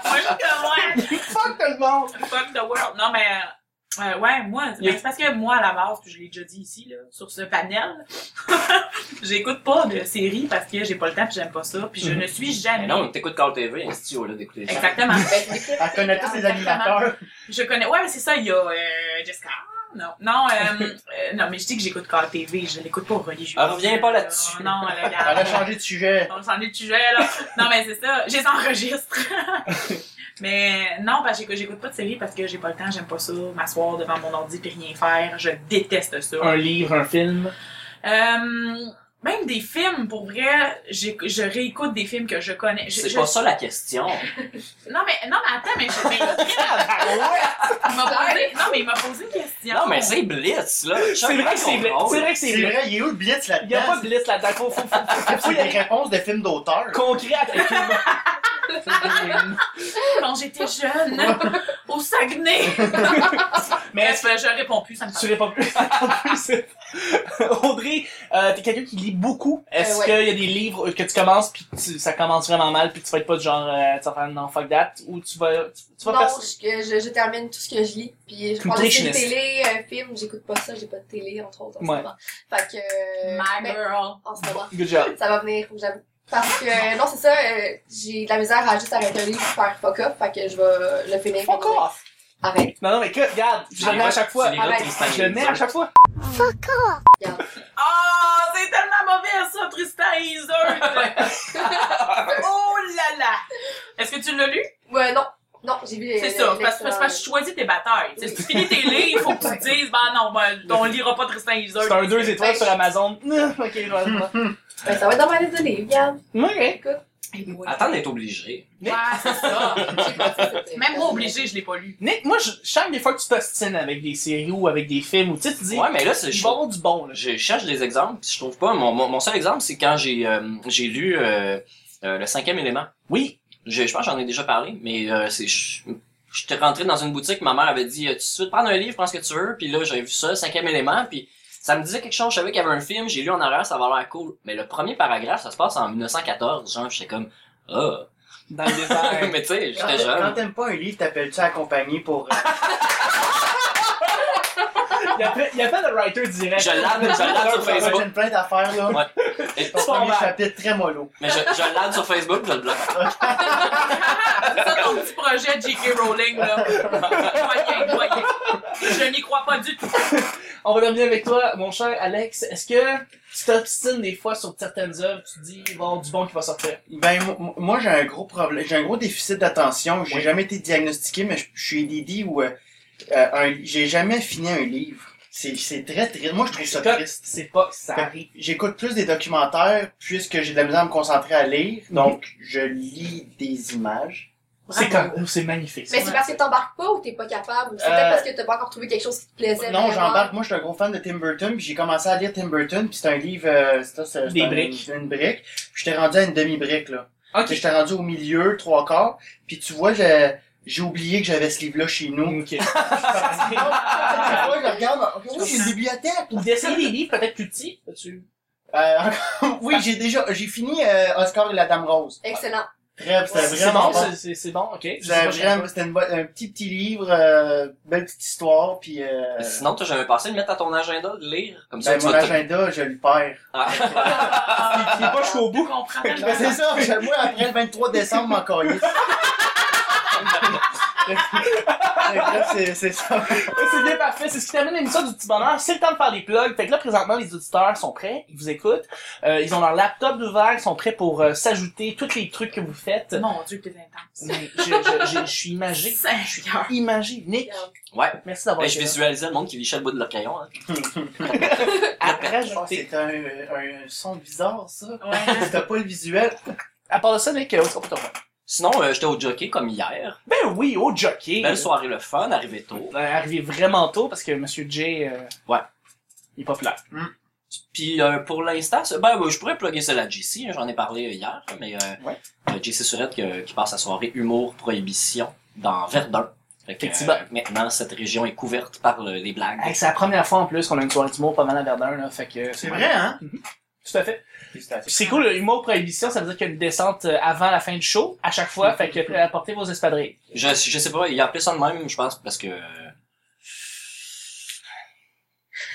S3: je suis comme, ouais,
S5: Fuck tout le monde!
S3: fuck the world. Non, mais, euh, ouais, moi, c'est-
S2: Il y a-
S3: ben, c'est parce que moi, à la base, puis je l'ai déjà dit ici, là, sur ce panel, j'écoute pas de séries parce que j'ai pas le temps puis j'aime pas ça, puis je
S2: Mhm.
S3: ne suis
S1: Mais
S3: jamais.
S1: non, t'écoutes Call TV, un studio là d'écouter ça.
S3: Exactement.
S4: Ben,
S5: Elle connaît tous les animateurs.
S3: Je connais. Ouais, mais c'est ça, il y a euh, Jessica. Non, non, euh, euh, non, mais je dis que j'écoute Call TV, je l'écoute pas religieusement.
S1: Ah, reviens pas là-dessus.
S3: Euh, Non,
S5: Elle a
S3: regarde.
S5: changé de sujet.
S3: On s'en est sujet, là. Non, mais c'est ça, je les enregistre. mais non, parce que j'écoute- j'écoute pas de série parce que j'ai pas le temps, j'aime pas ça, m'asseoir devant mon ordi puis rien faire. Je déteste ça.
S2: Un livre, un film.
S3: Euh, même des films, pour vrai, j'ai- je réécoute des films que je connais. Je-
S1: C'est
S3: je-
S1: pas ça la question.
S3: Non, mais, non, mais attends, mais, je- mais
S2: Ah,
S3: il m'a posé, non, mais il m'a posé une question.
S1: Non, mais c'est Blitz, là.
S2: C'est vrai que c'est vrai. C'est vrai que c'est
S5: C'est
S2: vrai.
S5: vrai, il est où le blitz
S2: Il n'y a pas
S5: là-dedans?
S2: de blitz là-dedans. Faut, faut, faut, faut,
S5: C'est
S2: y aller
S5: des réponses de films d'auteur.
S2: concret avec une-
S3: quand j'étais jeune, au Saguenay.
S2: Mais
S3: Bref, je réponds plus, ça me
S2: Tu
S3: parle.
S2: réponds plus. Audrey, euh, t'es quelqu'un qui lit beaucoup. Est-ce
S4: Euh, ouais.
S2: qu'il y a des livres que tu commences puis tu- ça commence vraiment mal puis tu vas être pas du genre euh, tu vas faire non fuck that ou tu vas tu, tu vas
S4: Non,
S2: percer-
S4: je, euh, je, je termine tout ce que je lis. Puis je prends des films
S2: Completionist.
S4: télé, un film, j'écoute pas ça, j'ai pas de télé, entre autres, en
S2: Ouais.
S4: ce moment. Fait que... euh,
S3: My
S4: ben,
S3: girl.
S4: en ce moment.
S2: Good job.
S4: Ça va venir, faut que j'avoue. Parce que, euh, non, c'est ça, euh, j'ai de la misère à juste avec un livre faire fuck up, fait que je vais le finir.
S2: Fuck off.
S4: Arrête.
S2: Non non mais que regarde, je le mets à chaque fois. Ah, ben,
S4: les notes,
S2: Je le mets à chaque fois.
S3: Oh, c'est tellement mauvais, ça, Tristan et Isolde. oh là là. Est-ce que tu l'as lu?
S4: Ouais, non, non, j'ai vu... euh,
S3: C'est ça. Parce parce- parce que tu choisis tes batailles. Tu sais, Si tu finis tes livres, il faut que tu te dises, ben non, ben, on lira pas Tristan et Isolde.
S2: C'est un deux étoiles
S4: Ben,
S2: sur Amazon. ok, je vois.
S4: Ben, ça va être dans ma liste de livres, regarde.
S2: Ok.
S4: Écoute,
S1: Attends d'être obligé.
S3: Ouais, c'est ça.
S4: j'ai pas dit c'était-
S3: Ah. Même moi, obligé, je l'ai pas lu.
S2: Nick, moi je chaque des fois que tu t'ostines avec des séries ou avec des films ou tu sais, tu dis
S1: Ouais, mais là, c'est
S2: ils
S1: je-
S2: vont avoir du bon là.
S1: Je cherche des exemples, puis je trouve pas. Mon, mon, mon seul exemple, c'est quand j'ai euh, j'ai lu euh, euh, Le cinquième élément.
S2: Oui.
S1: Je, je pense que j'en ai déjà parlé, mais euh, c'est. je- J'étais rentré dans une boutique, ma mère avait dit euh, Tu veux te prendre un livre, prends ce que tu veux, puis là, j'avais vu ça, cinquième élément, puis ça me disait quelque chose, je savais qu'il y avait un film, j'ai lu en arrière, ça avait l'air cool. Mais le premier paragraphe, ça se passe en 1914, genre, j'étais comme Ah!
S2: Dans le désert.
S1: mais tu sais,
S5: Quand
S1: j'étais
S5: t'a- quand
S1: jeune.
S5: t'aimes pas un livre, t'appelles-tu accompagné pour. euh,
S2: Il y a pas- il y a pas de writer direct.
S1: Je l'ai- je l'ai sur
S5: J'ai
S1: Facebook.
S5: une plainte à faire là.
S1: Et-
S5: Ton
S2: Pas
S5: premier
S2: mal.
S5: chapitre très mollo.
S1: Mais je, je l'ai sur Facebook, je le bloque.
S3: Ah, C'est ça ton petit projet J.K. Rowling, là. Moyen, moyen. Je n'y crois pas du tout.
S2: On va terminer avec toi, mon cher Alex. Est-ce que tu t'obstines des fois sur certaines œuvres, tu dis, il va y avoir du bon qui va sortir?
S5: Ben mo- moi j'ai un gros problème, j'ai un gros déficit d'attention. J'ai
S2: Oui.
S5: jamais été diagnostiqué, mais je je suis Didi ou euh, euh, un- j'ai jamais fini un livre. C'est c'est très triste. Moi je trouve ça
S2: Quand-
S5: triste.
S2: C'est pas, ça
S5: Fait-
S2: arrive.
S5: J'écoute plus des documentaires puisque j'ai de la misère à me concentrer à lire, donc
S2: Mhm.
S5: je lis des images.
S2: C'est comme, oh, c'est magnifique.
S4: Mais c'est parce que t'embarques pas ou t'es pas capable, ou c'est
S5: Euh,
S4: peut-être parce que t'as pas encore trouvé quelque chose qui te plaisait.
S5: Non,
S4: vraiment.
S5: j'embarque. Moi, je suis un gros fan de Tim Burton, puis j'ai commencé à lire Tim Burton, puis c'est un livre, euh, c'est ça, c'est
S2: Des
S5: c'est un-
S2: briques.
S5: Une brique. Puis j'étais rendu à une demi-brique là.
S2: Ok.
S5: Puis j'étais rendu au milieu, trois quarts. Puis tu vois, j'ai j'ai oublié que j'avais ce livre-là chez nous.
S2: Ok.
S5: Chaque
S2: Ah!
S5: fois, je regarde, oui, j'ai une bibliothèque.
S2: Ou d'essayer des livres peut-être plus petits. Tu...
S5: Euh, encore- oui, j'ai déjà, j'ai fini euh, Oscar et la Dame Rose.
S4: Excellent.
S5: Bref, c'était
S2: C'est bon,
S5: vraiment bon.
S2: c'est- c'est- c'est bon, ok. Je sais
S5: C'était
S2: pas, je savais
S5: vraiment- c'était une bo- un petit petit livre, euh, belle petite histoire, puis euh,
S1: Sinon, t'as jamais pensé de mettre à ton agenda de lire. Comme ça,
S5: ben,
S1: tu
S5: mon
S1: vas te-
S5: agenda, je le perds.
S1: Ah.
S2: pas. Il est pas jusqu'au
S3: Je
S2: bout.
S3: comprends
S5: Ben, c'est ça, je- moi après le 23 décembre, mon colis. Bref, c'est- c'est ça.
S2: C'est bien parfait. C'est ce qui termine l'émission du petit bonheur. C'est le temps de faire des plugs. Fait que là, présentement, les auditeurs sont prêts. Ils vous écoutent. Euh, ils ont leur laptop ouvert. Ils sont prêts pour euh, s'ajouter tous les trucs que vous faites.
S3: Mon Dieu, que t'es intense.
S2: Mais je, je, je, je suis magique.
S3: Seigneur.
S2: Imagine, Nick.
S1: Ouais.
S2: Merci d'avoir
S1: Ben, je
S2: été là.
S1: visualisais le monde qui lichait le bout de leur crayon. Hein.
S2: À
S5: Oh,
S2: rajouter.
S5: c'est un, un, son bizarre, ça.
S3: Ouais.
S5: C'était pas le visuel.
S2: À part de ça, Nick, euh, où est-ce qu'on peut te rejoindre?
S1: Sinon, euh, j'étais au jockey comme hier.
S2: Ben oui, au jockey.
S1: Belle soirée, le fun, arrivé tôt.
S2: Ben, arrivé vraiment tôt parce que Monsieur J. euh,
S1: Ouais.
S2: Il est populaire.
S1: Puis euh, pour l'instant, c'est- ben, ben, je pourrais plugger ça à JC, hein, j'en ai parlé euh, hier, mais euh,
S2: Ouais.
S1: euh, JC Surette que- qui passe sa soirée Humour Prohibition dans Verdun. Fait que, euh,
S2: Effectivement.
S1: maintenant, cette région est couverte par le- les blagues.
S2: Hey, c'est la première fois en plus qu'on a une soirée d'humour pas mal à Verdun, là. Fait que.
S5: C'est vrai, hein?
S2: Tout à fait.
S5: Félicitations.
S2: C'est cool, le humour prohibition, ça veut dire qu'il y a une descente euh, avant la fin du show, à chaque
S1: Mm-hmm.
S2: fois, fait que euh, apportez vos espadrilles.
S1: Je, je sais pas, il a appelé ça de même, je pense, parce que... euh,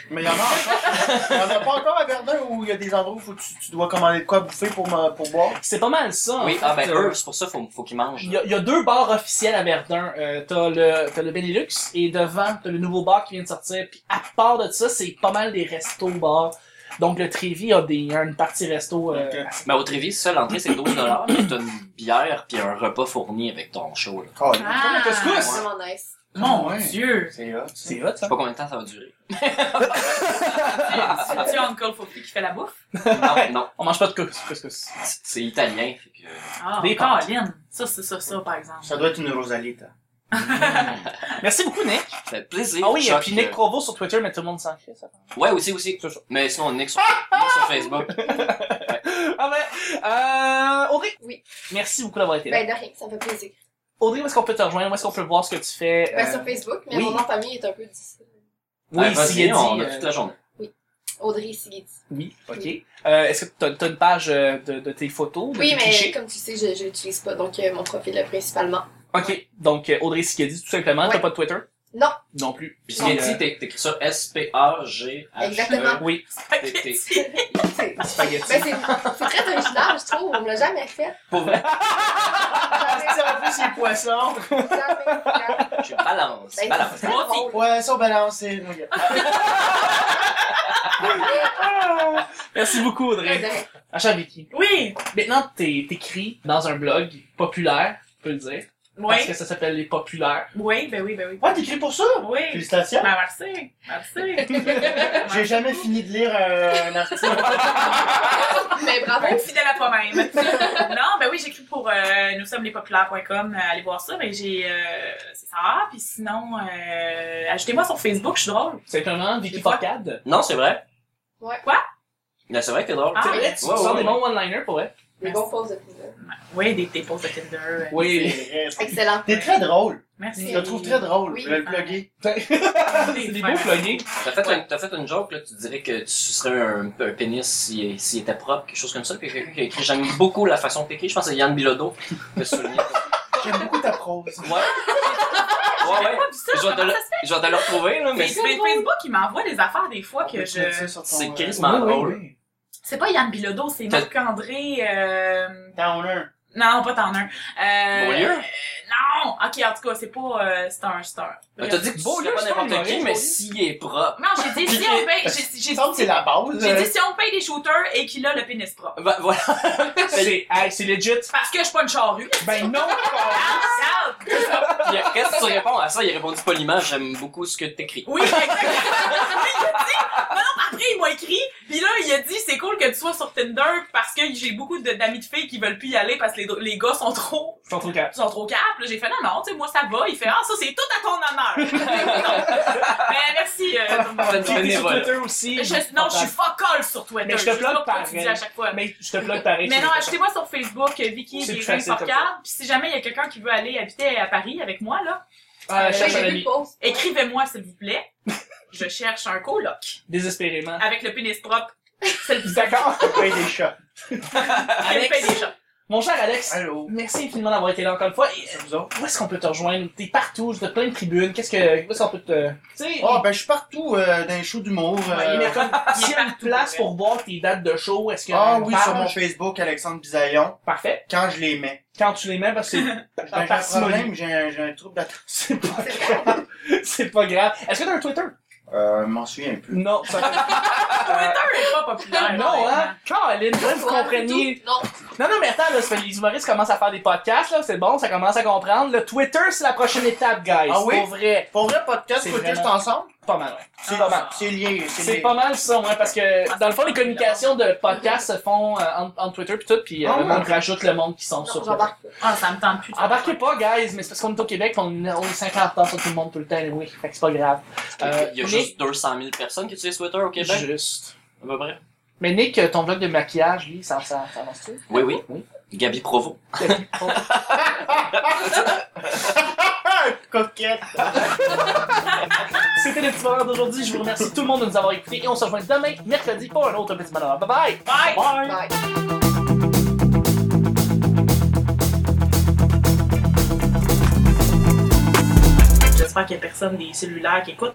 S5: Mais il y en a encore. Il y en a pas encore à Verdun où il y a des endroits où tu, tu dois commander de quoi bouffer pour, me- pour boire.
S2: C'est pas mal ça. en
S1: Oui,
S2: fait,
S1: ah ben
S2: euh,
S1: eux, c'est pour ça faut, faut qu'ils mangent.
S2: Il y, a, il y a deux bars officiels à Verdun. Euh, t'as le t'as le Benelux et devant t'as le nouveau bar qui vient de sortir. Puis à part de ça, c'est pas mal des restos bars. Donc le Trévi a des a une partie resto. euh,
S5: Ok.
S1: Mais au Trévis, ça, l'entrée c'est 12 dollars, mais t'as une bière puis un repas fourni avec ton show. Là.
S5: Oh,
S3: Ah,
S2: le couscous.
S4: C'est vraiment nice.
S3: Mon
S5: Ouais.
S3: Dieu!
S5: C'est hot. ça.
S2: C'est hot
S1: Je sais
S2: ça.
S1: pas combien de temps ça va durer.
S3: C'est-tu Uncle Fofi qui fait la bouffe?
S1: Non, non,
S2: On mange pas de cous- couscous.
S1: c'est c'est italien. Fait que...
S3: Ah,
S2: Des pâtes.
S3: Colin! Ça, c'est ça, ça, par exemple.
S5: Ça doit être une Rosalita.
S2: Merci beaucoup Nick.
S1: Ça fait plaisir.
S2: Ah oui, et
S1: Chuck,
S2: puis Nick
S1: euh,
S2: Provo sur Twitter, mais tout le monde s'en crée, ça.
S1: Ouais, aussi, aussi.
S2: C'est ça.
S1: Mais sinon, Nick sur, Nick sur Facebook.
S2: Ah ben, euh, Audrey.
S4: Oui.
S2: Merci beaucoup d'avoir été là.
S4: Ben, de rien, ça me fait plaisir.
S2: Audrey, où est-ce qu'on peut te rejoindre? Où est-ce qu'on peut voir ce que tu fais?
S4: Ben,
S2: euh,
S4: sur Facebook, mais
S2: oui.
S4: mon nom de famille est un peu difficile.
S2: Oui,
S1: Ouais, Ben, vas-y,
S2: s'il a dit,
S1: on a
S2: euh,
S1: toute la journée.
S4: Audrey Sigeti.
S2: Oui, ok. Euh, est-ce que t'as, t'as une page euh, de, de tes photos? de
S4: Oui,
S2: tes
S4: mais
S2: clichés?
S4: comme tu sais, je, je l'utilise pas, donc euh, mon profil euh, principalement.
S2: Ok, donc euh, Audrey Sikedi, tout simplement. T'as
S4: Ouais.
S2: pas de Twitter?
S4: Non.
S2: Non plus.
S1: Puis ce qui est dit, t'é- t'écris ça S-P-A-G-H-E.
S4: Exactement.
S2: Oui,
S1: T'es-
S3: Spaghetti!
S4: C'est- ben,
S2: spaghetti.
S4: c'est c'est très original, je trouve. On me l'a jamais fait.
S1: Pour vrai,
S5: Ça plus les poissons.
S4: Ben, Jamais fait.
S1: tu balances,
S4: Ben,
S1: balance.
S4: c'est très drôle.
S5: Poissons balancés. Oui.
S2: Merci beaucoup,
S4: Ouais, ben.
S2: Audrey.
S4: de rien.
S2: Ah, cher Vicky.
S3: Oui!
S2: Maintenant, t'es- t'écris dans un blog populaire, tu peux le dire. Parce que
S3: Oui!
S2: ça s'appelle Les Populaires.
S3: Oui, ben oui, ben oui.
S5: Ouais, t'écris pour ça?
S3: Oui!
S5: Félicitations.
S3: Ben merci! Merci!
S5: J'ai jamais fini de lire euh, un article.
S4: Mais Ben, bravo.
S3: Être fidèle à toi-même. non, ben oui, j'écris pour euh, nous sommes les populaires.com. Allez voir ça. Ben j'ai. euh, c'est ça. Puis sinon, euh, ajoutez-moi sur Facebook, je suis drôle.
S2: Simplement, Vicky
S3: C'est quoi?
S2: Forcade.
S1: Non, c'est vrai.
S4: Ouais.
S3: Quoi?
S1: Là, c'est vrai que t'es drôle.
S3: Ah,
S2: C'est vrai, tu
S1: ouais,
S2: sors
S1: ouais,
S2: des
S1: ouais.
S2: bons one-liners pour elle.
S4: Des bons pauses de hein. plaisir.
S3: Oui, des, des posts de Tinder. euh,
S2: Oui.
S4: Excellent.
S5: T'es très drôle. Je
S3: Merci.
S5: te trouve très drôle.
S4: Oui.
S5: Je vais le plugger.
S2: C'est des beaux flogués.
S1: T'as fait, une- t'as fait une joke, là, tu dirais que tu serais un, un pénis s'il s'il était propre, quelque chose comme ça. Puis quelqu'un qui a écrit J'aime beaucoup la façon de t'écrire. Je pense que c'est Yann Bilodeau qui me soulignait.
S5: J'aime beaucoup ta prose.
S1: Ouais. Ouais, ouais. Je vais te le, je vais te le retrouver, là, mais
S3: Mais Facebook, il m'envoie des affaires des fois
S5: Ah,
S3: que je.
S1: c'est Chris
S5: Chris
S1: Mandel.
S3: C'est pas Yann Bilodeau, c'est
S1: T'as-
S3: Marc-André. euh,
S5: Downer.
S3: Non, pas Tanner. Euh...
S1: Beaulieu?
S3: euh, Non! Ok, en tout cas, c'est pas. euh, c'est un. C'est un.
S1: On t'a dit que
S2: Beau
S1: tu serais
S2: lieu,
S1: pas
S2: c'est pas
S1: n'importe
S2: humoriste,
S1: qui,
S2: beau
S1: mais
S2: lieu.
S1: s'il est propre.
S3: Non, j'ai dit si on paye. J'ai j'ai
S5: Il me
S3: dit,
S5: semble que c'est la base.
S3: j'ai
S5: euh.
S3: dit si on paye des shooters et qu'il a le pénis propre.
S1: Ben, voilà.
S2: C'est, hey, c'est legit.
S3: Parce que je suis pas une charrue.
S5: Euh,
S2: Ben non!
S3: Ah, regarde!
S1: Puis, euh, Qu'est-ce que tu réponds à ça? Il répondit poliment, j'aime beaucoup ce que t'écris.
S3: Oui, exactement. Lui, il a dit, non, non, après, il m'a écrit, puis là, il a dit, c'est cool que tu sois sur Tinder parce que j'ai beaucoup de- d'amis de filles qui veulent plus y aller parce que les, les gars sont trop,
S2: Je suis en tout cas.
S3: sont trop capes. Là, J'ai fait, non, non, tu sais, moi, ça va. Il fait, ah, ça, c'est tout à ton honneur. Mais merci. euh, tout le monde.
S1: T'es
S2: T'es sur
S1: bénévole.
S2: Twitter aussi.
S3: Je- non, je suis fuck all sur Twitter.
S2: Mais je te
S3: sais
S2: bloque
S3: pas pourquoi
S2: par-
S3: tu dis à chaque fois. Mais,
S2: Mais je te bloque pareil.
S3: non,
S2: sur-
S3: achetez-moi sur Facebook, euh, Vicky,
S2: C'est
S3: des
S2: plus
S3: gens qui
S2: facile comme ça.
S3: regardent. Puis si jamais il y a quelqu'un qui veut aller habiter à Paris avec moi, là,
S2: Ah,
S4: Oui,
S2: je cherche un
S4: Euh, Ben, j'ai vu
S2: ami.
S4: une pause.
S3: écrivez-moi, s'il vous plaît. Je cherche un coloc.
S2: Désespérément.
S3: Avec le pénis propre. C'est le
S2: D'accord.
S5: On paye des chats.
S3: Avec
S2: Alex.
S3: des gens.
S2: Mon cher Alex,
S5: Allô.
S2: merci infiniment d'avoir été là encore une fois. Et,
S5: C'est vous autres?
S2: euh, Où est-ce qu'on peut te rejoindre? T'es partout, t'as plein de tribunes. Qu'est-ce que, où est-ce qu'on peut te... Tu sais,
S5: Oh, ben, je suis partout euh, dans les shows d'humour.
S3: Ouais,
S5: euh,
S2: mais comme, s'il y a une
S3: partout,
S2: place
S3: ouais.
S2: pour voir tes dates de show, est-ce que...
S5: Ah oui,
S2: page?
S5: sur mon Facebook, Alexandre Bisaillon,
S2: Parfait.
S5: quand je les mets.
S2: Quand tu les mets, parce que c'est-
S5: Ben, J'ai
S2: Par
S5: un
S2: parcimonie.
S5: problème, j'ai un, j'ai un trouble d'attention.
S2: c'est pas,
S4: C'est vrai.
S2: c'est pas grave. Est-ce que t'as un Twitter?
S5: Euh, je m'en souviens plus.
S2: Non. ça-
S3: Twitter est pas populaire.
S2: non, hein?
S3: honnêtement.
S2: Caroline, vous
S4: Toi,
S2: comprenez...
S4: tout? Non.
S2: Non, non, mais attends, là, c'est parce que les humoristes commencent à faire des podcasts, là, c'est bon, ça commence à comprendre. Le Twitter, c'est la prochaine étape, guys.
S5: Ah oui?
S2: Pour vrai.
S5: Pour vrai, podcast,
S2: C'est
S5: faut
S2: vraiment-
S5: juste ensemble.
S2: Pas mal, ouais.
S5: C'est
S2: pas mal.
S5: c'est lié.
S2: C'est
S5: lié.
S2: pas mal ça, ouais, parce que dans le fond, les communications de podcasts se font euh, entre, entre Twitter pis tout, pis euh,
S5: Ah
S2: le
S5: ouais.
S2: monde rajoute le monde qui sont
S4: Non,
S2: sur Twitter.
S4: j'embarque pas.
S3: Ah, ça me tente plus. de-
S2: Embarquez pas, guys, mais c'est parce qu'on est au Québec, on, on est 50 ans sur tout le monde tout le temps, oui, fait que c'est pas grave. Euh,
S1: Il y a
S2: Nick-
S1: juste 200 000 personnes qui utilisent Twitter au Québec.
S2: Juste.
S1: À peu près.
S2: Mais Nick, euh, ton vlog de maquillage, lui, ça, ça, ça avance-tu?
S1: Oui, oui.
S2: Oui.
S1: Gabi Provo.
S2: Oh.
S5: Coquette.
S2: C'était le petit bonheur d'aujourd'hui. Je vous remercie tout le monde de nous avoir écoutés et on se rejoint demain, mercredi, pour un autre petit bonheur. Bye bye!
S3: Bye!
S2: Bye!
S4: Bye.
S3: J'espère qu'il n'y a personne des cellulaires qui écoute.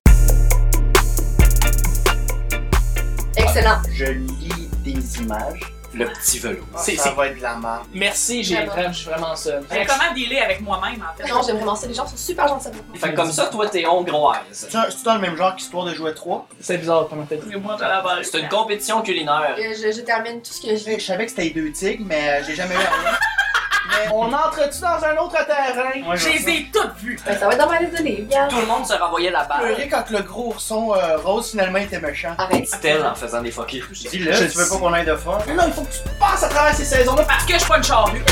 S4: Excellent.
S5: Je lis des images.
S1: Le petit velours.
S5: Ah,
S2: C'est-
S5: ça
S2: c'est-
S5: va être de la merde.
S2: Merci, j'ai
S4: Vraiment.
S2: vraiment, je suis vraiment seul.
S3: J'ai comment dealer avec moi-même, en fait.
S4: Non, j'aime vraiment ça. Les gens sont super gentils avec moi.
S1: Fait que comme ça, toi, t'es hongroise.
S5: C'est c'est dans le même genre qu'Histoire de jouets 3.
S2: C'est bizarre comment t'as dit.
S3: Et moi, j'allais avoir-
S1: C'est une compétition culinaire.
S4: Euh, Je, je termine tout ce que
S5: Je
S4: j'ai.
S5: savais que c'était les deux tigres, mais euh, j'ai jamais eu rien.
S2: On entre-tu dans un autre terrain?
S5: Moi,
S3: Je les ai toutes vues.
S4: Ben, ça va être dans ma liste de livres. hein. Yann.
S1: Tout le monde se renvoyait la balle.
S5: pleuré quand le gros ourson euh, rose finalement était méchant.
S4: Arrête.
S1: Tel en faisant des fuck you.
S5: Dis-le,
S2: Je
S5: tu veux
S2: dis-
S5: pas qu'on aille de fort.
S2: Non, il faut que tu passes à travers ces saisons-là.
S3: Parce que je suis pas une charrue.